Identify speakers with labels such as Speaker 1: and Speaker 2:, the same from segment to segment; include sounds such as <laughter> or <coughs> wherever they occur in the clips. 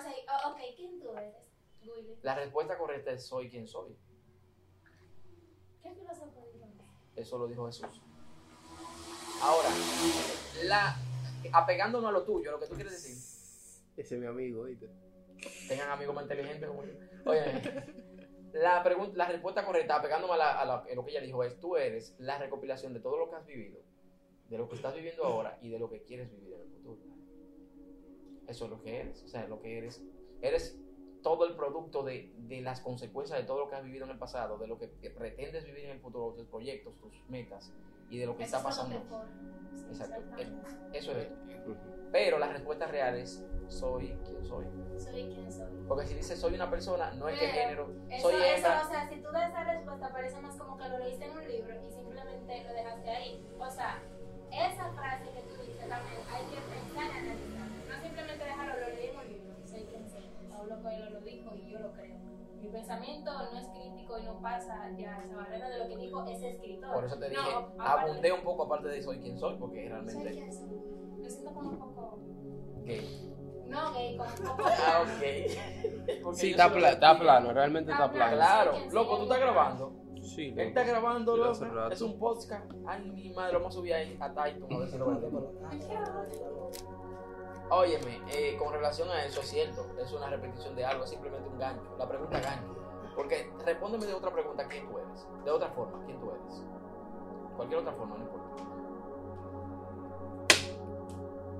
Speaker 1: sé quién tú eres, Willy.
Speaker 2: La respuesta correcta es soy quien soy.
Speaker 1: ¿Qué filósofo dijo eso?
Speaker 2: Eso lo dijo Jesús. Ahora, la, apegándonos a lo tuyo, lo que tú quieres decir.
Speaker 3: Ese es mi amigo, ¿viste?
Speaker 2: Tengan amigos más inteligentes como yo. Oye, la, pregun- la respuesta correcta, apegándome a, la- a la- a lo que ella dijo, es tú eres la recopilación de todo lo que has vivido, de lo que estás viviendo ahora y de lo que quieres vivir en el futuro. Eso es lo que eres. O sea, lo que eres. Eres todo el producto de, de las consecuencias de todo lo que has vivido en el pasado, de lo que te- pretendes vivir en el futuro, tus proyectos, tus metas y de lo que
Speaker 1: Eso
Speaker 2: está
Speaker 1: es lo
Speaker 2: pasando.
Speaker 1: mejor. Sí,
Speaker 2: Exacto.
Speaker 1: soy tan-
Speaker 2: Eso es. Pero la respuesta real es soy quien soy.
Speaker 1: Soy quien soy.
Speaker 2: Porque si dices soy una persona, no es que
Speaker 1: Pero,
Speaker 2: género,
Speaker 1: Eso,
Speaker 2: soy
Speaker 1: eso,
Speaker 2: hembra.
Speaker 1: o sea, si tú das esa respuesta, parece más como que lo leíste en un libro y simplemente lo dejaste ahí. O sea, esa frase que tú dices también hay que pensar y analizarla. No simplemente dejarlo, lo leí en un libro, soy quien soy. Pablo Coelho lo dijo y yo lo creo. Mi pensamiento no es crítico y no pasa ya esa barrera de lo que dijo ese escritor.
Speaker 2: Por eso te dije,
Speaker 1: no, aparte-
Speaker 2: abundé un poco aparte de soy quien soy, porque
Speaker 1: Soy
Speaker 2: realmente
Speaker 1: quien soy. Me siento como un poco.
Speaker 2: gay.
Speaker 1: No, gay, como un poco.
Speaker 2: Ah, ok. <laughs> Porque
Speaker 3: Sí,
Speaker 2: yo
Speaker 3: está,
Speaker 2: soy
Speaker 3: pla-
Speaker 2: lo-
Speaker 3: está plano, realmente
Speaker 1: Está
Speaker 3: está
Speaker 1: plano.
Speaker 3: plano.
Speaker 2: Claro,
Speaker 1: Soy quien
Speaker 2: loco,
Speaker 1: soy.
Speaker 2: tú estás grabando.
Speaker 3: Sí,
Speaker 2: Él está grabando,
Speaker 3: Yo
Speaker 2: loco.
Speaker 3: hace rato.
Speaker 2: Es un podcast. Ay, mi madre, lo vamos a subir ahí a iTunes a ver si lo vende. Óyeme, eh, con relación a eso, es cierto, es una repetición de algo, es simplemente un gancho. La pregunta gancho. Porque respóndeme de otra pregunta, ¿quién tú eres? De otra forma, ¿quién tú eres? Cualquier otra forma, no importa.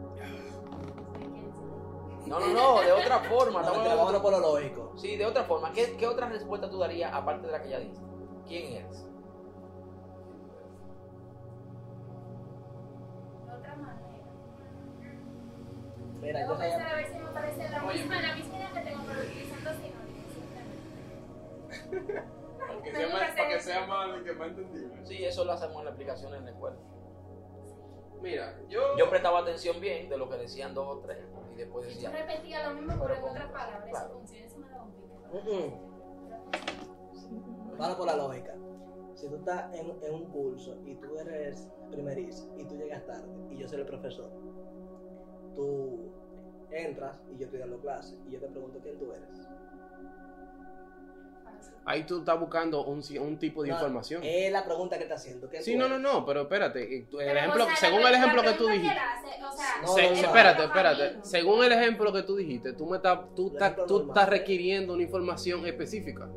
Speaker 1: Soy quien soy.
Speaker 2: No, no, no, de otra forma. estamos
Speaker 4: Vamos a
Speaker 2: hablando de otra-
Speaker 4: vámonos por lo lógico.
Speaker 2: Sí, de otra forma, ¿qué, qué otra respuesta tú darías aparte de la que ya diste? ¿Quién eres?
Speaker 1: De otra manera.
Speaker 4: Mira,
Speaker 1: Debo
Speaker 4: yo sabía-
Speaker 1: pensar a ver si me parece la
Speaker 2: Oye.
Speaker 1: misma, la misma idea que tengo, pero utilizando sinónimos.
Speaker 5: Aunque
Speaker 1: Me
Speaker 5: sea,
Speaker 1: gusta
Speaker 5: más, para que
Speaker 1: hacer-
Speaker 5: sea más, que más entendible.
Speaker 2: Sí, eso lo hacemos en la aplicación en la escuela.
Speaker 5: Mira, yo.
Speaker 2: Yo prestaba atención bien de lo que decían dos o tres y después
Speaker 1: Si yo
Speaker 2: decía,
Speaker 1: repetía lo mismo, pero en
Speaker 2: Pero
Speaker 1: otras
Speaker 2: con-
Speaker 1: palabras,
Speaker 2: claro.
Speaker 1: eso funciona, eso me da un pico.
Speaker 4: Mm-mm. Vámonos por la lógica. Si tú estás en, en un curso y tú eres primerizo y tú llegas tarde y yo soy el profesor, tú entras y yo estoy dando clase y yo te pregunto quién tú eres.
Speaker 1: Fácil.
Speaker 3: Ahí tú estás buscando un, ci- un tipo de
Speaker 4: No, eh,
Speaker 3: información.
Speaker 4: Es la pregunta que te haciendo. ¿quién
Speaker 3: Sí,
Speaker 4: tú
Speaker 3: no, no,
Speaker 4: eres?
Speaker 3: no, pero espérate. eh, tú- El
Speaker 1: Pero,
Speaker 3: ejemplo,
Speaker 1: o sea, la
Speaker 3: según el
Speaker 1: pre-
Speaker 3: ejemplo
Speaker 1: la
Speaker 3: que tú
Speaker 1: pregunta la
Speaker 3: dijiste.
Speaker 1: hace, o sea,
Speaker 4: No,
Speaker 3: Se-
Speaker 4: no, no.
Speaker 3: espérate,
Speaker 1: no,
Speaker 3: espérate.
Speaker 1: no.
Speaker 3: Según el ejemplo que tú dijiste, tú, me estás, tú,
Speaker 4: El
Speaker 3: estás-
Speaker 4: ejemplo
Speaker 3: tú
Speaker 4: normal.
Speaker 3: estás requiriendo una información específica.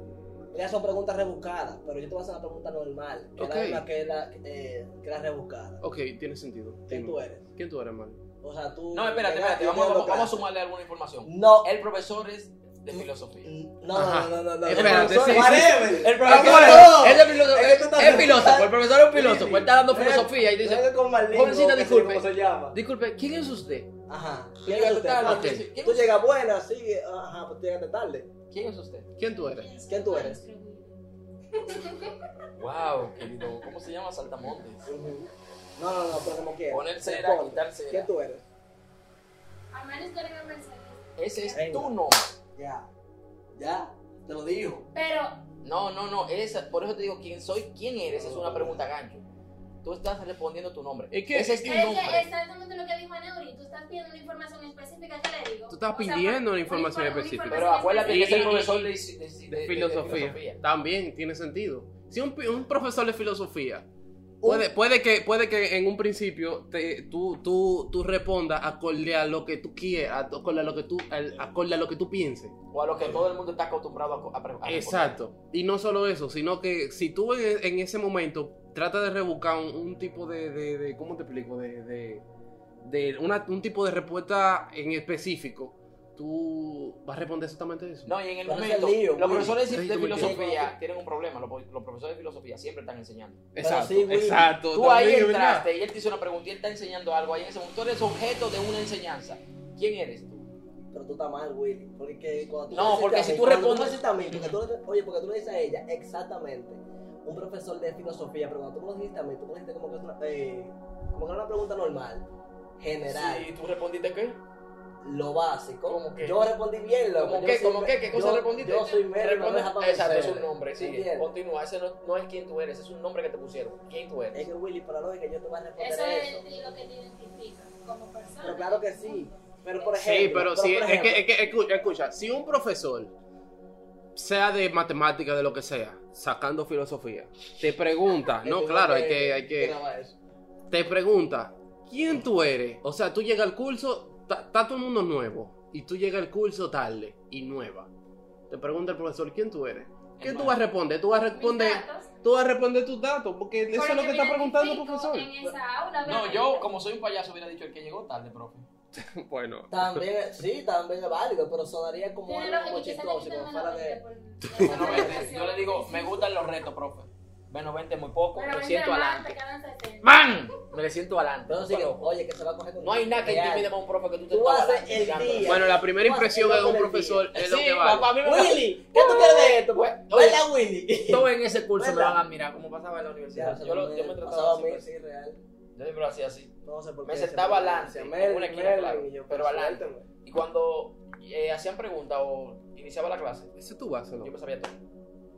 Speaker 4: Esas son preguntas rebuscadas, pero yo te voy a hacer una pregunta normal. Que es
Speaker 3: Ok.
Speaker 4: la misma que la, eh, que la rebuscada.
Speaker 3: Ok, tiene sentido.
Speaker 4: ¿Quién
Speaker 3: Dime.
Speaker 4: tú eres?
Speaker 3: ¿Quién tú eres, Mario?
Speaker 4: O sea, tú.
Speaker 2: no, espérate,
Speaker 4: llegas
Speaker 2: espérate,
Speaker 4: y yo
Speaker 2: vamos, vamos,
Speaker 4: te doy
Speaker 2: vamos a
Speaker 4: clase.
Speaker 2: sumarle alguna información.
Speaker 4: No,
Speaker 2: El profesor es de filosofía.
Speaker 4: No,
Speaker 3: Ajá.
Speaker 4: no, no, no, no.
Speaker 3: Espérate, sí, sí.
Speaker 4: Whatever.
Speaker 2: El
Speaker 4: profesor-
Speaker 2: es de filosofía.
Speaker 4: Es que tú estás-
Speaker 2: Es filósofo, el profesor es un
Speaker 3: pues
Speaker 2: filósofo, él está dando
Speaker 4: Ven,
Speaker 2: filosofía y dice,
Speaker 4: Venga con Marlene,
Speaker 3: Pobrecita,
Speaker 4: que sé
Speaker 3: disculpe.
Speaker 4: cómo se llama.
Speaker 3: disculpe, ¿quién es usted?
Speaker 4: Ajá.
Speaker 2: Tú
Speaker 4: ¿Quién es
Speaker 2: llegas
Speaker 4: usted?
Speaker 2: tarde,
Speaker 4: Ah,
Speaker 2: ¿quién-
Speaker 3: ok.
Speaker 2: quién-
Speaker 4: Tú llegas buena, sí. Ajá, pues tú llegaste tarde.
Speaker 2: ¿Quién es usted?
Speaker 3: ¿Quién tú eres?
Speaker 4: ¿Quién tú eres?
Speaker 2: Wow, querido, ¿cómo se llama Saltamontes?
Speaker 4: No, no, no, pero como quieras.
Speaker 2: Poner cera,
Speaker 4: Responde.
Speaker 2: quitar cera.
Speaker 4: ¿Quién tú eres?
Speaker 1: A menos que no me enseñes.
Speaker 2: Ese es
Speaker 4: Venga.
Speaker 2: tu nombre.
Speaker 4: Ya. Ya. Te lo digo.
Speaker 1: Pero,
Speaker 2: No, no, no, esa, por eso te digo, ¿quién soy? ¿Quién eres? Es una pregunta gancho. Tú estás respondiendo tu nombre.
Speaker 3: Es que-
Speaker 2: Ese es tu
Speaker 1: es que
Speaker 2: nombre.
Speaker 1: exactamente lo que dijo Anauri, tú estás pidiendo una información específica, ¿qué le digo?
Speaker 3: Tú estás
Speaker 1: O sea,
Speaker 3: pidiendo una
Speaker 1: infor-
Speaker 3: información específica.
Speaker 2: Pero acuérdate que
Speaker 3: Y-
Speaker 2: es el
Speaker 3: y-
Speaker 2: profesor de, de- de-
Speaker 3: De
Speaker 2: de
Speaker 3: filosofía.
Speaker 2: filosofía.
Speaker 3: También tiene sentido. Si un, pi- un profesor de filosofía puede, puede, que, puede que en un principio te- tú, tú, tú respondas acorde a lo que tú quieras, acorde a lo que tú, al- acorde a lo que tú pienses.
Speaker 2: O a lo que todo el mundo está acostumbrado a, co- a pre- a
Speaker 3: Exacto. Y no solo eso, sino que si tú en, en ese momento trata de rebuscar un, un tipo de, de- de- ¿Cómo te explico? De. de, de una- un tipo de respuesta en específico, tú vas a responder exactamente eso.
Speaker 2: No, y en el
Speaker 4: Pero es
Speaker 2: momento,
Speaker 4: el lío,
Speaker 2: los
Speaker 4: Willy.
Speaker 2: profesores de,
Speaker 3: Sí,
Speaker 2: de
Speaker 3: tú me
Speaker 2: filosofía
Speaker 4: entiendes.
Speaker 2: tienen un problema. Los, los profesores de filosofía siempre están enseñando.
Speaker 3: exacto.
Speaker 4: sí, Willy.
Speaker 3: exacto.
Speaker 2: Tú ahí
Speaker 3: también es verdad.
Speaker 2: entraste y él te hizo una pregunta y él está enseñando algo ahí en ese momento. Tú eres objeto de una enseñanza. ¿Quién eres tú?
Speaker 4: Pero tú estás mal, Willy. Porque cuando tú
Speaker 2: No,
Speaker 4: me dices
Speaker 2: porque
Speaker 4: a
Speaker 2: si
Speaker 4: mí-
Speaker 2: tú
Speaker 4: cuando
Speaker 2: respondes-
Speaker 4: me dices a mí, porque tú le- oye, porque tú le dices a ella exactamente un profesor de filosofía, pero cuando tú me lo dijiste a mí, tú me lo dijiste como que, es una- eh, como que era una pregunta normal, general,
Speaker 2: Sí, ¿tú respondiste qué?
Speaker 4: lo básico.
Speaker 2: ¿Cómo qué?
Speaker 4: Yo respondí bien, loco.
Speaker 2: ¿Cómo
Speaker 4: Yo
Speaker 2: qué?
Speaker 4: soy
Speaker 2: ¿Cómo
Speaker 4: me-
Speaker 2: qué? ¿Qué cosa
Speaker 4: yo-
Speaker 2: respondiste?
Speaker 4: Yo soy mero,
Speaker 2: Responde-
Speaker 4: no deja para
Speaker 2: Exacto, es un
Speaker 4: vencerme.
Speaker 2: nombre, sigue.
Speaker 4: ¿Entiendes?
Speaker 2: Continúa, ese no, no es quien tú eres, ese es un nombre que te pusieron. ¿Quién tú
Speaker 4: Es
Speaker 2: eres?
Speaker 4: que Willy, para la lógica, yo te voy a responder
Speaker 1: Eso
Speaker 4: eso.
Speaker 1: es lo que te identifica como persona.
Speaker 4: Pero claro que sí. Pero por ejemplo.
Speaker 3: Sí, pero sí,
Speaker 4: por
Speaker 3: es que,
Speaker 4: ejemplo,
Speaker 3: es que- escucha, escucha, si un profesor, sea de matemática, de lo que sea, sacando filosofía, te pregunta, no,
Speaker 4: tengo
Speaker 3: claro, hay que, hay que,
Speaker 4: grabar eso.
Speaker 3: te pregunta, ¿quién tú eres? O sea, tú llegas al curso, ta- está todo el mundo nuevo, y tú llegas al curso tarde y nueva. Te pregunta el profesor, ¿quién tú eres? ¿Qué tú vas a responder? Tú vas a responder, tú vas a responder tus datos, porque eso es lo que está preguntando el profesor.
Speaker 1: En esa aula,
Speaker 2: No,
Speaker 1: ¿verdad?
Speaker 2: yo, como soy un payaso, hubiera dicho el que llegó tarde, profe.
Speaker 3: <laughs> Bueno,
Speaker 4: También, sí, también es válido, pero sonaría como
Speaker 1: Tiene
Speaker 4: algo
Speaker 1: lógica,
Speaker 4: como
Speaker 1: y quizás
Speaker 4: chistoso,
Speaker 1: te quitan
Speaker 4: como
Speaker 1: menos
Speaker 4: fuera
Speaker 1: veinte
Speaker 4: de.
Speaker 2: <laughs>
Speaker 1: por- por
Speaker 4: <laughs>
Speaker 2: Bueno,
Speaker 1: la
Speaker 2: vente, yo le digo,
Speaker 1: evaluación.
Speaker 2: me gustan los retos, profe. Bueno, 20 muy poco,
Speaker 1: Pero
Speaker 2: me
Speaker 1: veinte
Speaker 2: siento
Speaker 1: más,
Speaker 2: adelante.
Speaker 1: te quedan 60.
Speaker 2: ¡Man! Me le siento adelante.
Speaker 4: Pero sí que,
Speaker 2: Bueno,
Speaker 4: oye, que se va a coger con
Speaker 2: no hay nada que
Speaker 4: Real.
Speaker 2: intimide más a un profe que tú te
Speaker 4: Tú
Speaker 2: tomas
Speaker 4: haces
Speaker 2: la-
Speaker 4: el
Speaker 2: mirando.
Speaker 4: día.
Speaker 3: bueno, la primera impresión de un profesor es lo
Speaker 2: Sí,
Speaker 3: que vale.
Speaker 2: papá, a mí me
Speaker 4: Willy, ¿qué tú quieres de esto?
Speaker 2: Oye,
Speaker 4: Dale a
Speaker 2: <laughs>
Speaker 4: <laughs> Willy.
Speaker 2: Todo en ese curso me
Speaker 4: ¿Verdad?
Speaker 2: van a mirar como pasaba en la universidad. yo, lo- yo me trataba
Speaker 4: pasaba
Speaker 2: así.
Speaker 4: a mí,
Speaker 2: pues.
Speaker 4: sí, real.
Speaker 2: Yo siempre lo hacía así.
Speaker 4: No sé por qué.
Speaker 2: Me sentaba
Speaker 4: siempre
Speaker 2: adelante,
Speaker 4: decía,
Speaker 2: en una
Speaker 4: Melvin,
Speaker 2: esquina, claro,
Speaker 4: Melvin, y yo, "Pues,
Speaker 2: pero adelante.
Speaker 4: suéltame.
Speaker 2: Y cuando eh, hacían preguntas o iniciaba la clase,
Speaker 3: Ese tú vas,
Speaker 2: yo me sabía todo.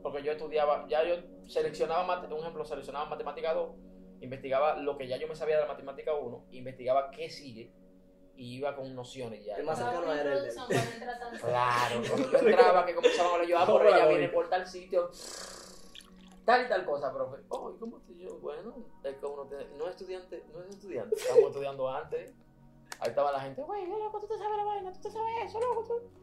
Speaker 2: Porque yo estudiaba, ya yo seleccionaba, mate- un ejemplo, seleccionaba matemática 2, investigaba lo que ya yo me sabía de la matemática 1, investigaba qué sigue y iba con nociones ya.
Speaker 4: El más
Speaker 1: Para
Speaker 4: cercano
Speaker 1: una
Speaker 4: era el de-
Speaker 1: introducción, cuando entras a un-
Speaker 2: Claro,
Speaker 4: <laughs>
Speaker 2: cuando yo entraba, que comenzaban a hablar, yo, ah, por
Speaker 3: ¿Cómo la
Speaker 2: ella
Speaker 3: doy?
Speaker 2: viene por tal sitio, tal y tal cosa, profe. Oh, ¿y cómo estoy yo? Bueno, es que uno tiene- no es estudiante, no es estudiante, estamos estudiando antes. Ahí estaba la gente, güey, qué loco, tú te sabes la vaina, tú te sabes eso, loco, tú.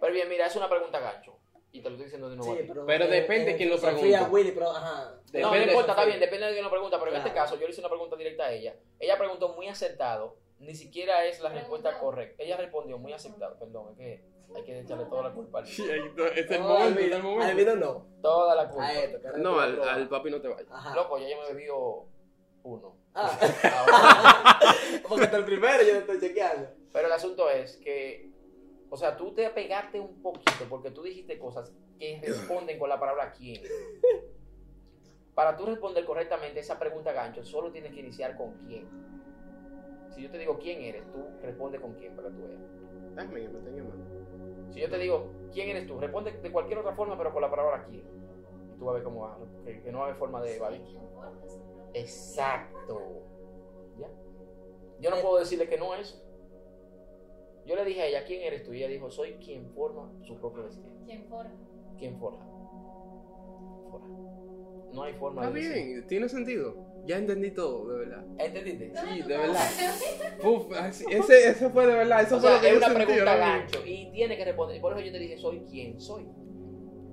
Speaker 2: Pero bien, mira, es una pregunta gancho, y te lo estoy diciendo de nuevo. a ti.
Speaker 4: Sí,
Speaker 3: Pero
Speaker 4: en-
Speaker 3: depende
Speaker 4: en
Speaker 3: quién lo
Speaker 4: filosofía,
Speaker 3: pregunta.
Speaker 4: Willy, pero ajá.
Speaker 3: Depende
Speaker 2: no, no
Speaker 3: de
Speaker 2: importa,
Speaker 3: su
Speaker 2: está bien,
Speaker 3: <laughs> fe.
Speaker 2: depende de quién lo pregunta, pero en este
Speaker 4: Claro.
Speaker 2: caso yo le hice una pregunta directa a ella. Ella preguntó muy acertado, ni siquiera es la respuesta
Speaker 1: Preguntado.
Speaker 2: correcta. Ella respondió muy acertado, perdón, es que hay que echarle toda la culpa al
Speaker 3: Es
Speaker 4: No, al video- Al video no.
Speaker 2: Toda la culpa.
Speaker 4: A esto, Ah. que
Speaker 3: No,
Speaker 4: era
Speaker 3: al,
Speaker 4: otro.
Speaker 3: al papi no te vayas.
Speaker 4: Ajá.
Speaker 2: Loco, ya yo me bebió uno.
Speaker 4: Ah,
Speaker 2: Ahora-
Speaker 4: porque hasta el primero yo lo estoy chequeando.
Speaker 2: <laughs> Pero el asunto es que, o sea, tú te apegaste un poquito porque tú dijiste cosas que responden con la palabra quién. Para tú responder correctamente esa pregunta, gancho, solo tienes que iniciar con quién. Si yo te digo quién eres, tú responde con quién para que tú veas. Si yo te digo, ¿quién eres tú? Responde de cualquier otra forma, pero con la palabra aquí. Y tú vas a ver cómo va, que, que no va a haber forma de evadir. Exacto. ¿Ya? Yo
Speaker 3: Eh.
Speaker 2: no puedo decirle que no a eso. Yo le dije a ella, ¿quién eres tú? Y ella dijo, soy quien forma su propio destino.
Speaker 1: ¿Quién forma?
Speaker 2: ¿Quién forja? Forja. No hay forma
Speaker 3: Está
Speaker 2: de decirlo.
Speaker 3: Ah, bien, tiene sentido. Ya entendí todo, de verdad.
Speaker 2: ¿Entendiste?
Speaker 1: ¿Dónde tú
Speaker 3: de verdad.
Speaker 1: estás?
Speaker 3: Puf, así- ese, ese fue de verdad, eso
Speaker 2: O sea, es
Speaker 3: yo
Speaker 2: una
Speaker 3: sentí,
Speaker 2: pregunta
Speaker 3: ahora mismo.
Speaker 2: gancho y tiene que responder. Por eso yo te dije, soy quien soy.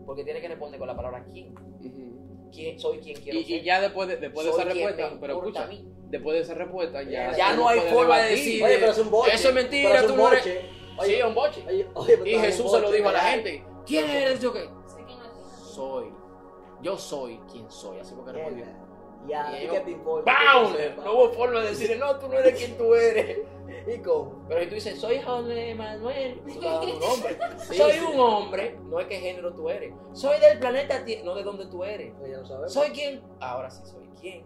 Speaker 2: Porque tiene que responder con la palabra quién.
Speaker 3: Ujú.
Speaker 2: ¿Quién soy quien quiero
Speaker 3: Y,
Speaker 2: ser?
Speaker 3: y ya después de, después de
Speaker 2: Soy
Speaker 3: esa
Speaker 2: quien
Speaker 3: respuesta,
Speaker 2: me
Speaker 3: pero
Speaker 2: importa
Speaker 3: escucha,
Speaker 2: a mí.
Speaker 3: después de esa respuesta ya...
Speaker 2: Ya no hay
Speaker 3: puede
Speaker 2: forma de
Speaker 3: debatir.
Speaker 2: decir-
Speaker 4: Oye, pero es un boche.
Speaker 2: Eso es mentira,
Speaker 4: pero es
Speaker 2: tú
Speaker 4: un
Speaker 2: no eres-
Speaker 4: boche.
Speaker 2: Sí,
Speaker 4: Oye,
Speaker 2: es un boche.
Speaker 4: oye, oye, pero
Speaker 2: Y
Speaker 4: está
Speaker 2: Jesús
Speaker 4: bien,
Speaker 2: se lo
Speaker 4: boche,
Speaker 2: dijo a la
Speaker 4: real.
Speaker 2: gente. ¿Quién eres yo qué?
Speaker 1: Soy quien lo dijo.
Speaker 2: Soy. Yo soy quien soy. Así porque respondió.
Speaker 4: Ya,
Speaker 2: Y
Speaker 4: ¿y
Speaker 2: yo,
Speaker 4: qué te importa?
Speaker 2: ¡Bam!
Speaker 4: Que sepa.
Speaker 2: No hubo forma de decirle, no, tú no eres quien tú eres.
Speaker 4: ¿Y cómo?
Speaker 2: Pero si tú dices, soy José <laughs> Manuel, tú estás dando un nombre. soy un hombre, no es qué género tú eres. Soy del planeta Tierra, no de dónde tú eres.
Speaker 4: Pues ya lo sabemos.
Speaker 2: Soy quien. Ahora sí, soy quien.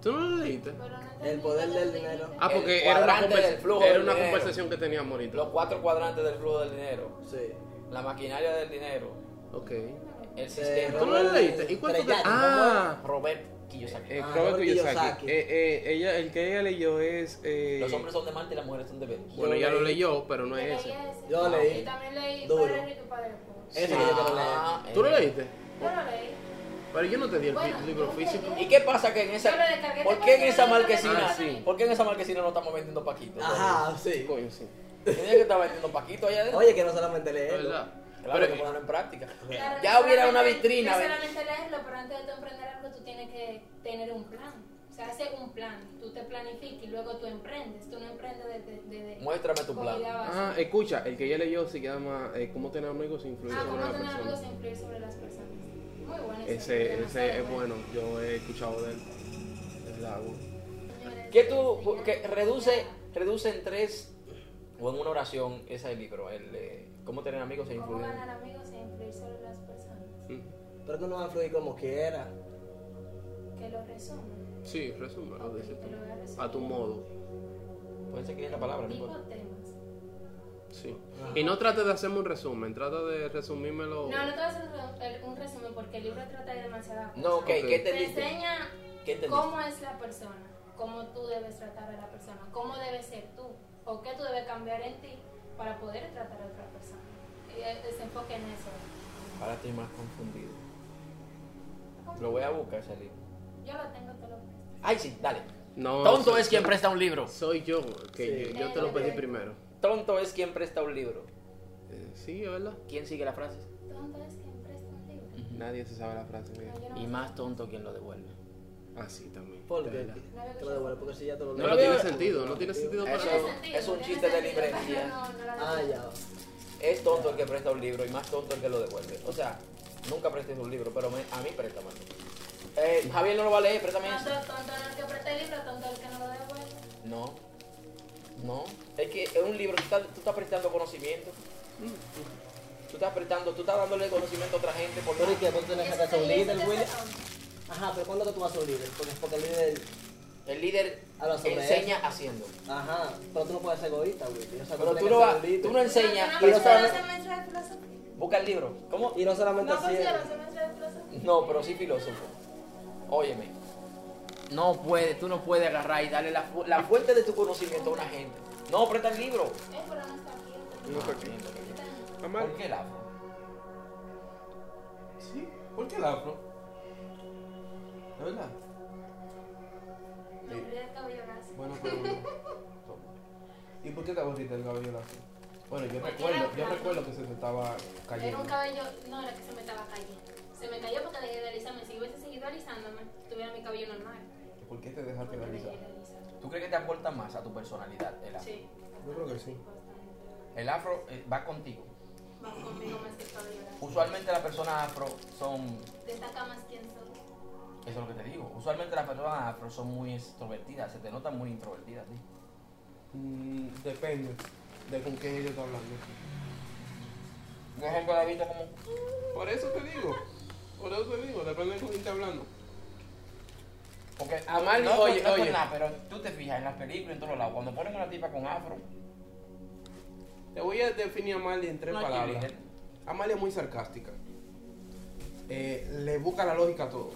Speaker 3: ¿Tú no lo leíste?
Speaker 1: Pero no
Speaker 4: El poder del dinero.
Speaker 3: Ah,
Speaker 2: El
Speaker 3: porque era una,
Speaker 2: cuadrante
Speaker 3: conversa-
Speaker 2: del flujo
Speaker 3: era
Speaker 2: del
Speaker 3: una
Speaker 2: dinero.
Speaker 3: conversación que teníamos ahorita.
Speaker 2: Los cuatro cuadrantes del flujo del dinero,
Speaker 4: Sí.
Speaker 2: la maquinaria del dinero,
Speaker 3: Ok.
Speaker 2: el
Speaker 4: Eh,
Speaker 2: sistema.
Speaker 3: ¿Tú no lo leíste? ¿Y cuánto te-
Speaker 4: Trellani,
Speaker 3: Ah,
Speaker 2: Robert Kiyosaki.
Speaker 3: eh,
Speaker 4: Ah,
Speaker 3: Robert
Speaker 4: Robert
Speaker 3: Kiyosaki.
Speaker 4: Kiyosaki.
Speaker 3: Eh, eh, ella, el que ella leyó es... eh,
Speaker 2: Los hombres son de Marte y las mujeres son de Venus.
Speaker 3: Bueno,
Speaker 4: Yo
Speaker 3: ya lo
Speaker 4: leí.
Speaker 3: leyó, pero no es
Speaker 1: Yo
Speaker 3: ese.
Speaker 1: leí ese.
Speaker 4: Yo leí.
Speaker 1: Y también leí
Speaker 4: Duro.
Speaker 1: Padre Rico y Padre Pobre.
Speaker 4: Ese que yo te lo leo.
Speaker 2: Ah,
Speaker 3: ¿Tú lo
Speaker 2: eh.
Speaker 3: leíste?
Speaker 1: Yo lo leí.
Speaker 3: Pero yo no te di el fi-
Speaker 1: Bueno,
Speaker 3: libro
Speaker 1: yo lo
Speaker 3: físico.
Speaker 1: leí.
Speaker 2: ¿Y qué pasa que en esa...
Speaker 1: Yo lo descargué
Speaker 2: ¿Por
Speaker 1: porque
Speaker 2: qué en
Speaker 1: yo
Speaker 2: esa
Speaker 1: no lo tenía
Speaker 2: marquesina?
Speaker 3: Ah, sí.
Speaker 2: ¿Por qué en esa marquesina no estamos vendiendo paquitos?
Speaker 4: Ajá, sí.
Speaker 2: Pues,
Speaker 3: Coño, sí.
Speaker 2: Tenía que estar vendiendo paquitos allá adentro.
Speaker 4: Oye, que no solamente
Speaker 3: De
Speaker 4: leerlo.
Speaker 3: verdad.
Speaker 2: Claro,
Speaker 3: Pero-
Speaker 2: que ponerlo en práctica.
Speaker 1: Claro,
Speaker 2: Ya
Speaker 1: no
Speaker 2: hubiera una
Speaker 1: solamente-
Speaker 2: vitrina,
Speaker 1: No
Speaker 2: ven.
Speaker 1: solamente leerlo, pero antes de tú emprender algo, tú tienes que tener un plan. O sea, hace un plan. Tú te planificas y luego tú emprendes. Tú no emprendes desde. De, de,
Speaker 2: Muéstrame tu plan.
Speaker 1: comida básica.
Speaker 3: Ah, escucha, el que ella leyó se llama eh, ¿Cómo tener amigos e influir
Speaker 1: Ah,
Speaker 3: sobre
Speaker 1: cómo
Speaker 3: una
Speaker 1: tener amigos
Speaker 3: persona?
Speaker 1: e influir sobre las personas. Muy bueno. ese
Speaker 3: Ese,
Speaker 1: libro,
Speaker 3: ese es
Speaker 1: demasiado
Speaker 3: bueno, yo he escuchado de él. Es largo.
Speaker 1: Señores,
Speaker 2: ¿Qué tú...
Speaker 1: ya,
Speaker 2: Que reduce,
Speaker 1: ya.
Speaker 2: reduce en tres o en una oración ese libro? El, eh, ¿Cómo tener amigos e
Speaker 1: ¿Cómo
Speaker 2: influir?
Speaker 1: ganar amigos e influir sobre las personas?
Speaker 3: Mm.
Speaker 4: Pero tú no vas a fluir como quiera.
Speaker 1: Que lo resumen.
Speaker 3: Sí, resume, lo
Speaker 1: Ok,
Speaker 3: dices
Speaker 1: te lo voy a
Speaker 3: tú.
Speaker 1: resumir.
Speaker 3: A tu modo,
Speaker 2: Puede ser que es la palabra, no
Speaker 1: Tipo
Speaker 2: importa.
Speaker 1: temas.
Speaker 3: sí.
Speaker 4: Ajá.
Speaker 3: Y no trates de hacerme un resumen, trata de
Speaker 2: oh.
Speaker 3: resumírmelo.
Speaker 1: No, no te voy a hacer un re- un resumen porque el libro trata de demasiadas cosas.
Speaker 2: No, ok,
Speaker 3: Ok.
Speaker 2: ¿qué
Speaker 1: Te
Speaker 2: entendiste?
Speaker 1: enseña
Speaker 2: ¿Qué entendiste?
Speaker 1: cómo es la persona, cómo tú debes tratar a la persona, cómo debes ser tú, o qué tú debes cambiar en ti para poder tratar a otra persona. Y eh, se enfoque en eso.
Speaker 2: Ahora estoy más confundido. Lo voy a buscar, salir.
Speaker 1: Yo lo tengo, te lo presto.
Speaker 2: Ay, sí, dale.
Speaker 3: No,
Speaker 2: Tonto
Speaker 3: soy-
Speaker 2: es quien presta un libro.
Speaker 3: Soy yo, que
Speaker 4: Sí.
Speaker 3: yo, yo te lo pedí primero.
Speaker 2: Tonto es quien presta un libro.
Speaker 3: Eh, sí, es verdad.
Speaker 2: ¿Quién sigue la frase?
Speaker 1: Tonto es quien presta un libro.
Speaker 3: Nadie se sabe la frase mía.
Speaker 1: No, yo no
Speaker 2: Mm, Y
Speaker 1: me-
Speaker 2: más tonto quien lo devuelve.
Speaker 3: Ah, sí, también.
Speaker 4: ¿Por
Speaker 3: es
Speaker 4: qué?
Speaker 3: verdad.
Speaker 4: Te lo devuelvo porque si ya te lo
Speaker 2: No
Speaker 3: No,
Speaker 2: lo
Speaker 3: tiene
Speaker 2: veo-
Speaker 3: sentido, no tiene sentido para
Speaker 2: Eso-
Speaker 1: Tiene
Speaker 3: nada.
Speaker 1: sentido,
Speaker 2: es un
Speaker 1: tiene
Speaker 2: chiste de
Speaker 1: sentido, pero
Speaker 2: librería.
Speaker 1: no- no la
Speaker 4: Ah,
Speaker 1: devuelvo.
Speaker 4: ya.
Speaker 2: Es tonto el que presta un libro y más tonto el que lo devuelve. O sea, nunca prestes un libro, pero me- a mí presta mano. Eh, Javier no lo va a leer, préstame
Speaker 1: Tonto,
Speaker 2: eso.
Speaker 1: tonto el que presta el libro, tonto el que no lo devuelve.
Speaker 2: No. No. Es que es un libro, tú estás, tú estás prestando conocimiento. Tú estás prestando, tú estás dándole conocimiento a otra gente por
Speaker 4: Pero ¿y qué? ¿Tú tienes que hacer un líder,
Speaker 1: Eso-
Speaker 4: Willy?
Speaker 1: eso-
Speaker 4: Ajá, pero ¿cuándo que tú vas a ser un líder? Porque, porque el líder...
Speaker 2: El líder
Speaker 4: Habla sobre
Speaker 2: enseña haciendo.
Speaker 4: Ajá, pero tú no puedes ser egoísta, Willy. O
Speaker 2: Pero
Speaker 4: sea, tienes
Speaker 2: tú
Speaker 4: que
Speaker 2: no,
Speaker 4: ser
Speaker 2: vas,
Speaker 4: un líder.
Speaker 2: tú no enseñas,
Speaker 1: No,
Speaker 2: pero
Speaker 1: yo no
Speaker 2: sabes-
Speaker 1: considero semestre de pues, filosofía.
Speaker 2: Busca el libro. ¿Cómo?
Speaker 4: Y no solamente
Speaker 1: No
Speaker 4: así eh. es.
Speaker 1: considero semestre de filosofía.
Speaker 2: No, pero sí filósofo. Óyeme. No puede, tú no puedes agarrar y darle la, fu- la fuente de tu conocimiento a una gente. No, presta el libro. Ah,
Speaker 1: Eh, pero no está aquí.
Speaker 3: No está aquí. Mamá.
Speaker 2: ¿Por qué el afro?
Speaker 5: Sí. ¿Por qué el afro? ¿De verdad?
Speaker 1: Me olvidé del cabello lacio.
Speaker 5: Bueno, pero. ¿Y por qué te aburriste el cabello lacio? Bueno, yo
Speaker 1: Porque
Speaker 5: recuerdo,
Speaker 1: era
Speaker 5: yo
Speaker 1: blanco.
Speaker 5: recuerdo que se te estaba
Speaker 1: Era
Speaker 5: cayendo.
Speaker 1: un cabello, no era que se me estaba cayendo. Se me cayó porque dejé de alisarme. Si hubiese seguido alisándome, tuviera mi cabello normal.
Speaker 5: ¿Por qué te
Speaker 1: Porque
Speaker 5: dejaste la
Speaker 1: dejé
Speaker 5: risa?
Speaker 1: de alisarme.
Speaker 2: ¿Tú crees que te aporta más a tu personalidad el afro?
Speaker 1: Sí.
Speaker 5: Yo creo que sí.
Speaker 2: El afro eh, va contigo.
Speaker 1: Va conmigo más que el cabello lacio.
Speaker 2: Usualmente las personas afro son,
Speaker 1: Destaca más quién soy.
Speaker 2: eso es lo que te digo, usualmente las personas afro son muy extrovertidas, se te notan muy introvertidas. ¿sí?
Speaker 5: Mm, depende de con quién yo estoy hablando.
Speaker 2: Un ejemplo la he visto como,
Speaker 5: Por eso te digo. Por eso te digo. Depende de con quién esté hablando.
Speaker 2: porque
Speaker 3: Amal,
Speaker 2: no, es por-
Speaker 3: oye,
Speaker 2: no es por
Speaker 3: oye.
Speaker 2: nada, pero tú te fijas en las películas en todos lados, cuando ponen una tipa con afro,
Speaker 5: Te voy a definir a Amalia en tres
Speaker 2: no hay quien
Speaker 5: palabras.
Speaker 2: le-
Speaker 5: Amalia es muy sarcástica. Eh, le busca la lógica a todo.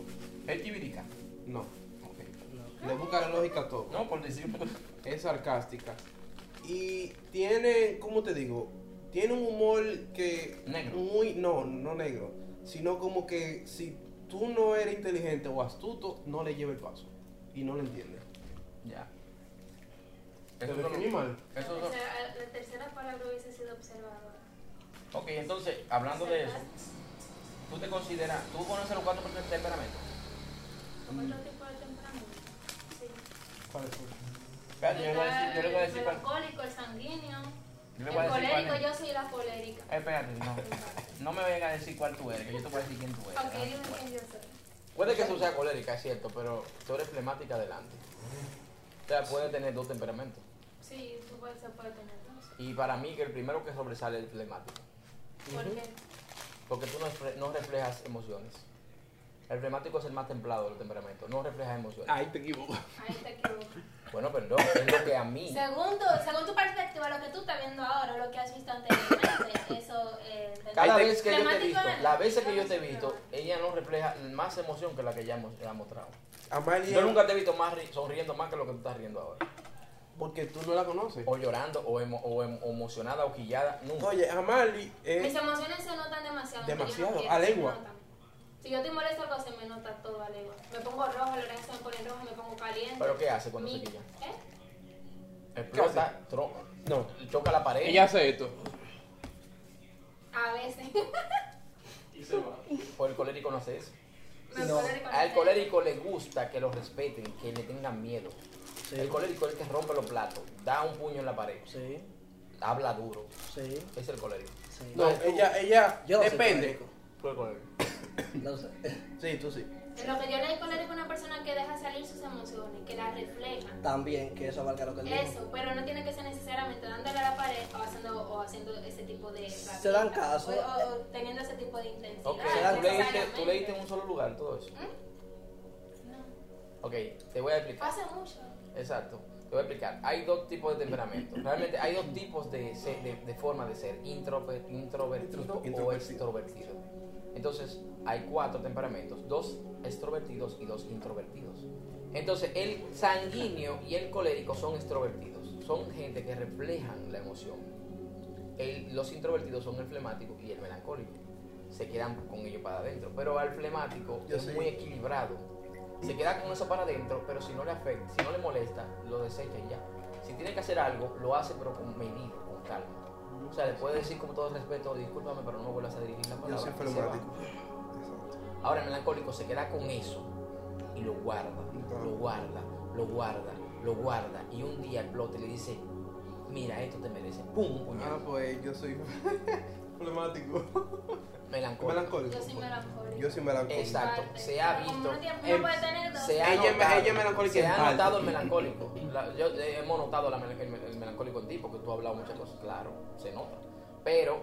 Speaker 2: es chivirica.
Speaker 5: No.
Speaker 2: Ok.
Speaker 5: Le busca la lógica a todo.
Speaker 2: No, por decir.
Speaker 5: es sarcástica. Y tiene, ¿cómo te digo? Tiene un humor que...
Speaker 2: Negro.
Speaker 5: Muy, no, no negro. Sino como que si tú no eres inteligente o astuto, no le lleva el paso. Y no lo entiende.
Speaker 2: <laughs> Ya.
Speaker 5: Te
Speaker 2: Eso
Speaker 5: definí
Speaker 2: es
Speaker 5: mal.
Speaker 2: Eso
Speaker 1: la,
Speaker 2: solo-
Speaker 1: tercera, la tercera palabra hubiese sido observadora.
Speaker 2: Ok, entonces, hablando de eso, ¿tú te consideras, tú conoces los cuatro tem- temperamentos?
Speaker 1: Otro tipo de temperamento. Sí.
Speaker 5: ¿Cuál es?
Speaker 2: Espérate, yo le voy a decir, yo le voy a decir
Speaker 1: el
Speaker 2: cuál.
Speaker 1: alcohólico, el sanguíneo,
Speaker 2: Yo le
Speaker 1: el
Speaker 2: voy a decir cuál
Speaker 1: colérico,
Speaker 2: es.
Speaker 1: yo soy la colérica.
Speaker 2: Eh, Espérate, no. No me vengas a decir cuál tú eres, que yo te voy a decir quién tú eres.
Speaker 1: Ok,
Speaker 2: ¿no?
Speaker 1: dime
Speaker 2: Bueno.
Speaker 1: quién yo soy.
Speaker 2: Puede que tú seas colérica, es cierto, pero tú eres flemática adelante. O sea, puede tener dos temperamentos.
Speaker 1: Sí, tú puedes, se puede tener dos.
Speaker 2: Y para mí que el primero que sobresale es el flemático.
Speaker 1: ¿Por qué?
Speaker 2: Porque tú no, expre- no reflejas emociones. El flemático es el más templado de los temperamentos, no refleja emociones.
Speaker 3: Ay, te equivoco.
Speaker 1: Ahí te equivocas.
Speaker 2: Bueno, perdón, es lo que
Speaker 1: <laughs>
Speaker 2: a mí.
Speaker 1: Según tu, según tu perspectiva, lo que tú estás viendo ahora, lo que has visto
Speaker 2: <coughs>
Speaker 1: anteriormente, eso... Eh, de-
Speaker 2: Cada
Speaker 1: de-
Speaker 2: vez que yo te he
Speaker 1: flemático
Speaker 2: visto,
Speaker 1: es-
Speaker 2: la vez que yo te he
Speaker 1: no,
Speaker 2: visto, ella no refleja más emoción que la que ya hemos, ha mostrado.
Speaker 5: Amalia...
Speaker 2: Yo nunca te he visto más ri- sonriendo más que lo que tú estás riendo ahora.
Speaker 5: Porque tú no la conoces.
Speaker 2: O llorando, o, emo- o em- o emocionada, o quillada, nunca.
Speaker 5: Oye, Amalia
Speaker 1: Mis
Speaker 2: Eh,
Speaker 5: es...
Speaker 1: emociones se notan demasiado. aunque yo no
Speaker 5: Demasiado,
Speaker 1: quiera,
Speaker 5: a
Speaker 1: se
Speaker 5: legua.
Speaker 1: notan. Si yo estoy molesta, algo se me nota todo a legua. Me pongo roja, la oreja se me pone roja, me pongo caliente.
Speaker 2: ¿Pero qué hace cuando
Speaker 1: Mi-
Speaker 2: se quilla?
Speaker 1: ¿Eh?
Speaker 2: Explota, tro-
Speaker 5: No.
Speaker 2: choca la pared.
Speaker 3: Ella hace esto.
Speaker 1: A veces. <laughs>
Speaker 2: O el colérico no hace eso.
Speaker 1: Me
Speaker 4: No.
Speaker 1: pone con
Speaker 2: Al colérico le gusta que lo respeten, que le tengan miedo.
Speaker 4: Sí,
Speaker 2: El colérico es el que rompe los platos, da un puño en la pared,
Speaker 4: sí,
Speaker 2: habla duro.
Speaker 4: sí,
Speaker 2: Es el colérico.
Speaker 4: sí.
Speaker 5: No, ella, ella...
Speaker 4: Yo no soy
Speaker 5: depende.
Speaker 2: Tú eres colérico.
Speaker 4: No sé. <laughs>
Speaker 5: Sí, tú sí.
Speaker 1: En lo que yo leo el colérico es una persona que deja salir sus emociones, que las refleja.
Speaker 4: También, que eso abarca lo que él dijo.
Speaker 1: Eso, pero no tiene que ser necesariamente dándole a la pared o haciendo, o haciendo ese tipo de.
Speaker 4: Se dan
Speaker 1: rabietas,
Speaker 4: caso.
Speaker 1: O, o teniendo ese tipo de intensidad.
Speaker 2: Ok, tú leíste,
Speaker 1: necesariamente.
Speaker 2: tú leíste en un solo lugar todo eso.
Speaker 1: No,
Speaker 2: Ok, te voy a explicar.
Speaker 1: pasa mucho.
Speaker 2: Exacto, te voy a explicar. Hay dos tipos de temperamento. Realmente hay dos tipos de, se- de, de forma de ser, introver- introvertido, o
Speaker 5: Introvertido.
Speaker 2: extrovertido. Entonces, hay cuatro temperamentos, dos extrovertidos y dos introvertidos. Entonces, el sanguíneo y el colérico son extrovertidos, son gente que reflejan la emoción. El- los introvertidos son el flemático y el melancólico. Se quedan con ellos para adentro. Pero al flemático
Speaker 4: Yo
Speaker 2: es
Speaker 4: soy-
Speaker 2: muy equilibrado. Se queda con eso para adentro, pero si no le afecta, si no le molesta, lo desecha y ya. Si tiene que hacer algo, lo hace pero con medida, con calma. O sea, le puede decir con todo respeto, discúlpame, pero no me vuelvas a dirigir la palabra.
Speaker 5: Yo soy
Speaker 2: y se va.
Speaker 5: flemático. Exacto.
Speaker 2: Ahora el melancólico se queda con eso y lo guarda, lo guarda, lo guarda, lo guarda. Y un día explota y le dice, mira, esto te merece. ¡Pum! un
Speaker 5: Ah,
Speaker 2: puñal.
Speaker 5: pues yo soy <laughs> flemático. Ah,
Speaker 2: Melancólico.
Speaker 3: Pues,
Speaker 5: Melancólico.
Speaker 1: Yo soy melancólica.
Speaker 5: Yo soy melancólico.
Speaker 2: Exacto.
Speaker 1: Parte.
Speaker 2: Se ha
Speaker 1: Pero como
Speaker 2: visto. Eh,
Speaker 1: uno tiene- uno
Speaker 5: em,
Speaker 1: puede tener dos.
Speaker 2: Se ha
Speaker 5: Ella es me-
Speaker 2: notado,
Speaker 5: ella es melancólica
Speaker 2: se
Speaker 5: en
Speaker 2: ha
Speaker 5: parte.
Speaker 2: notado el melancólico. La- yo eh, hemos notado la mel- el, mel- el melancólico en ti porque tú has hablado muchas cosas, claro, se nota. Pero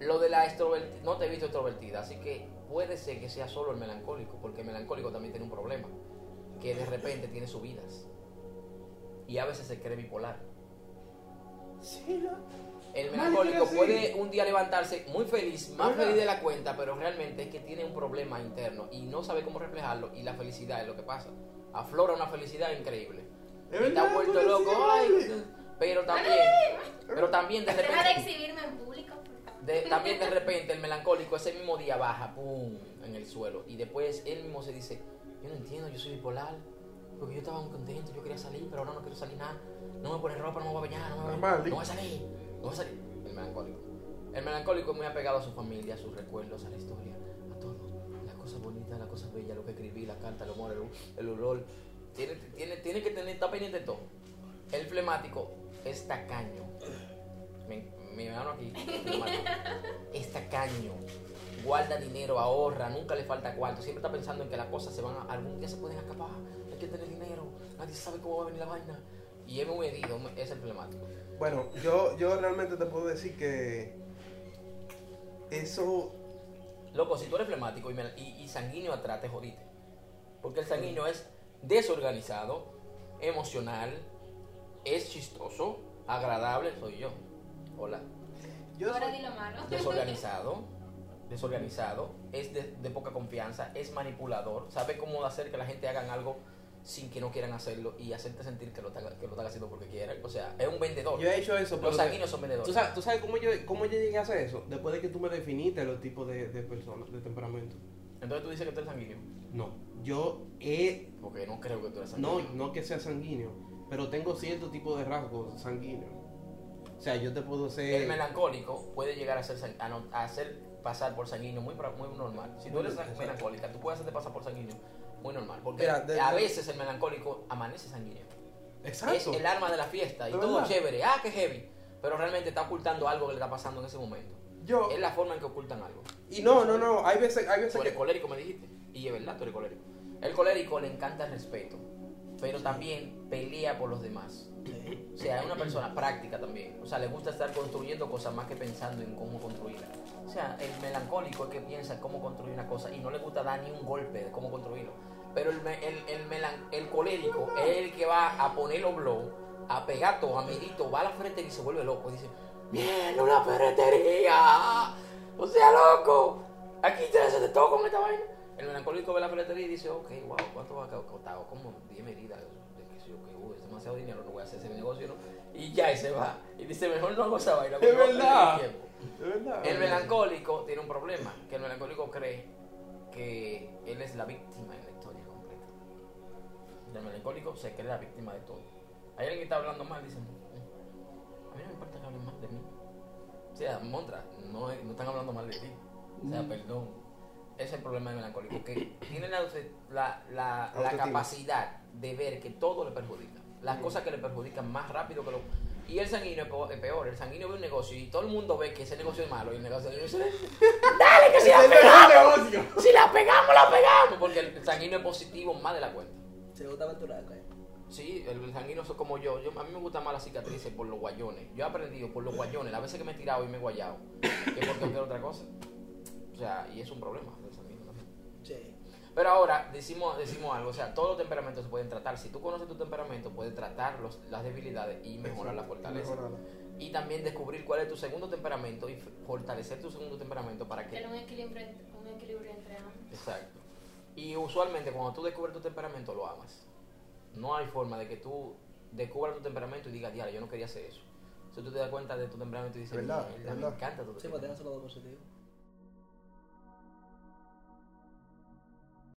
Speaker 2: lo de la extrovertida, no te he visto extrovertida, así que puede ser que sea solo el melancólico, porque el melancólico también tiene un problema, que de repente tiene subidas. Y a veces se cree bipolar.
Speaker 5: Sí, ¿no?
Speaker 2: El
Speaker 5: Nadie
Speaker 2: melancólico
Speaker 5: quiere
Speaker 2: puede un día levantarse muy feliz, más
Speaker 5: Ajá.
Speaker 2: feliz de la cuenta, pero realmente es que tiene un problema interno y no sabe cómo reflejarlo y la felicidad es lo que pasa. Aflora una felicidad increíble.
Speaker 5: Es
Speaker 2: Y está
Speaker 5: verdad,
Speaker 2: vuelto
Speaker 5: tú
Speaker 2: loco,
Speaker 5: decías,
Speaker 2: ay, pero también, pero también de
Speaker 1: Deja de
Speaker 2: repente,
Speaker 1: exhibirme en público, por favor.
Speaker 2: de- también de repente el melancólico ese mismo día baja, pum, en el suelo y después él mismo se dice, yo no entiendo, yo soy bipolar, porque yo estaba muy contento, yo quería salir, pero ahora no quiero salir nada, no me pone ropa, no me voy a bañar, no me voy a,
Speaker 5: Normal,
Speaker 2: no voy a salir, no voy a salir. El melancólico. El melancólico es muy apegado a su familia, a sus recuerdos, a la historia, a todo. Las cosas bonitas, las cosas bellas, lo que escribí, la carta, el amor, el, el olor. Tiene, tiene, tiene que tener, está pendiente de todo. El flemático es tacaño. Mi, mi hermano aquí, flemático. es tacaño. Guarda dinero, ahorra, nunca le falta cuarto. Siempre está pensando en que las cosas se van a- algún día se pueden escapar. Hay que tener dinero, nadie sabe cómo va a venir la vaina. Y es muy herido, es el flemático.
Speaker 5: Bueno, yo, yo realmente te puedo decir que eso
Speaker 2: Loco, si tú eres flemático y, me- y- y sanguíneo atrás, te jodiste. Porque el sanguíneo es desorganizado, emocional, es chistoso, agradable, soy yo. Hola.
Speaker 5: yo
Speaker 1: Ahora
Speaker 5: soy-
Speaker 1: di lo malo.
Speaker 2: <laughs> Desorganizado, desorganizado, es de, de poca confianza, es manipulador, sabe cómo hacer que la gente hagan algo sin que no quieran hacerlo y hacerte sentir que lo están, que lo están haciendo porque quieren. O sea, es un vendedor.
Speaker 5: yo he hecho eso, pero
Speaker 2: Los sanguíneos son vendedores.
Speaker 5: ¿Tú sabes, tú sabes cómo, yo, cómo yo llegué a hacer eso? Después de que tú me definiste los tipos de, de personas, de temperamento.
Speaker 2: Entonces tú dices que tú eres sanguíneo.
Speaker 5: No, yo he,
Speaker 2: Porque no creo que tú eres
Speaker 5: no,
Speaker 2: sanguíneo.
Speaker 5: no que sea sanguíneo, pero tengo cierto tipo de rasgos sanguíneos. O sea, yo te puedo ser...
Speaker 2: El melancólico puede llegar a ser, sang- a no- a hacer pasar por sanguíneo muy, pra- muy normal. Si tú
Speaker 5: Muy
Speaker 2: eres
Speaker 5: normal,
Speaker 2: sang-
Speaker 5: exacto.
Speaker 2: melancólica, tú puedes hacerte pasar por sanguíneo muy normal. Porque
Speaker 5: Mira, de-
Speaker 2: a
Speaker 5: de-
Speaker 2: veces el melancólico amanece sanguíneo. Es
Speaker 5: Exacto.
Speaker 2: el arma de la fiesta y
Speaker 5: De
Speaker 2: todo
Speaker 5: verdad.
Speaker 2: chévere. Ah, qué heavy. Pero realmente está ocultando algo que le está pasando en ese momento.
Speaker 5: Yo...
Speaker 2: Es la forma en que ocultan algo.
Speaker 5: Y no, no, no, hay veces, hay veces
Speaker 2: Tú eres
Speaker 5: que...
Speaker 2: colérico, me dijiste. Y es verdad, tú eres colérico. El colérico le encanta el respeto, pero también pelea por los demás. O sea, es una persona práctica también. O sea, le gusta estar construyendo cosas más que pensando en cómo construirla. O sea, el melancólico es que piensa en cómo construir una cosa y no le gusta dar ni un golpe de cómo construirlo. Pero el, me- el, el, melan- el colérico es el que va a poner los blogs, a pegar todo, a medito, va a la ferretería y se vuelve loco. Dice, ¡Bien, una ferretería! O sea, loco, aquí te haces de todo con esta vaina. El melancólico ve la ferretería y dice, ok, wow, ¿cuánto va a costar? Como 10 medidas. de qué sé yo, que, uy, es demasiado dinero, no voy a hacer ese negocio, ¿no? Y ya, y se va. Y dice, mejor no hago esa vaina. porque
Speaker 5: Es
Speaker 2: no voy a perder
Speaker 5: verdad.
Speaker 2: mi tiempo".
Speaker 5: Es verdad.
Speaker 2: El melancólico tiene un problema, que el melancólico cree que él es la víctima en la historia completa. El melancólico se cree la víctima de todo. Hay alguien que está hablando mal, dice, "Mm, a mí no me importa que hablen mal de mí. O sea, montra, no, es- no están hablando mal de ti. O sea, perdón. Ese es el problema del melancólico, que tiene la, la- la- la
Speaker 5: Autoestima.
Speaker 2: capacidad de ver que todo le perjudica. Las cosas que le perjudican más rápido que lo... Y el sanguíneo es po- es peor. El sanguíneo ve un negocio y todo el mundo ve que ese negocio es malo. Y el negocio dice, ¡Dale,
Speaker 5: Este
Speaker 2: que si la pegamos! Si la pegamos, la pegamos. Porque el sanguíneo es positivo más de la cuenta.
Speaker 4: Se gusta aventurar, ¿eh?
Speaker 2: Sí, el sanguíneo es como yo. yo. A mí me gustan más las cicatrices por los guayones. Yo he aprendido por los guayones, las veces que me he tirado y me he guayado, que por cualquier otra cosa. O sea, y es un problema del sanguíneo también.
Speaker 4: Sí.
Speaker 2: Pero ahora decimos, decimos algo, o sea, todos los temperamentos se pueden tratar. Si tú conoces tu temperamento, puedes tratar los- las debilidades y mejorar las fortalezas.
Speaker 5: Mejorarla.
Speaker 2: Y también descubrir cuál es tu segundo temperamento y f- fortalecer tu segundo temperamento para
Speaker 1: <laughs>
Speaker 2: que...
Speaker 1: Tener un equilibrio, ent- un equilibrio entre ambos.
Speaker 2: Exacto. Y usualmente cuando tú descubres tu temperamento, lo amas. No hay forma de que tú descubra tu temperamento y diga, diario, yo no quería hacer eso. Si tú te das cuenta de tu temperamento y dices,
Speaker 5: ¿Verdad?
Speaker 2: "Mierda, me
Speaker 5: ¿Verdad?
Speaker 2: encanta tu
Speaker 4: Sí, manténganse
Speaker 2: temperamento.
Speaker 4: los dos positivos.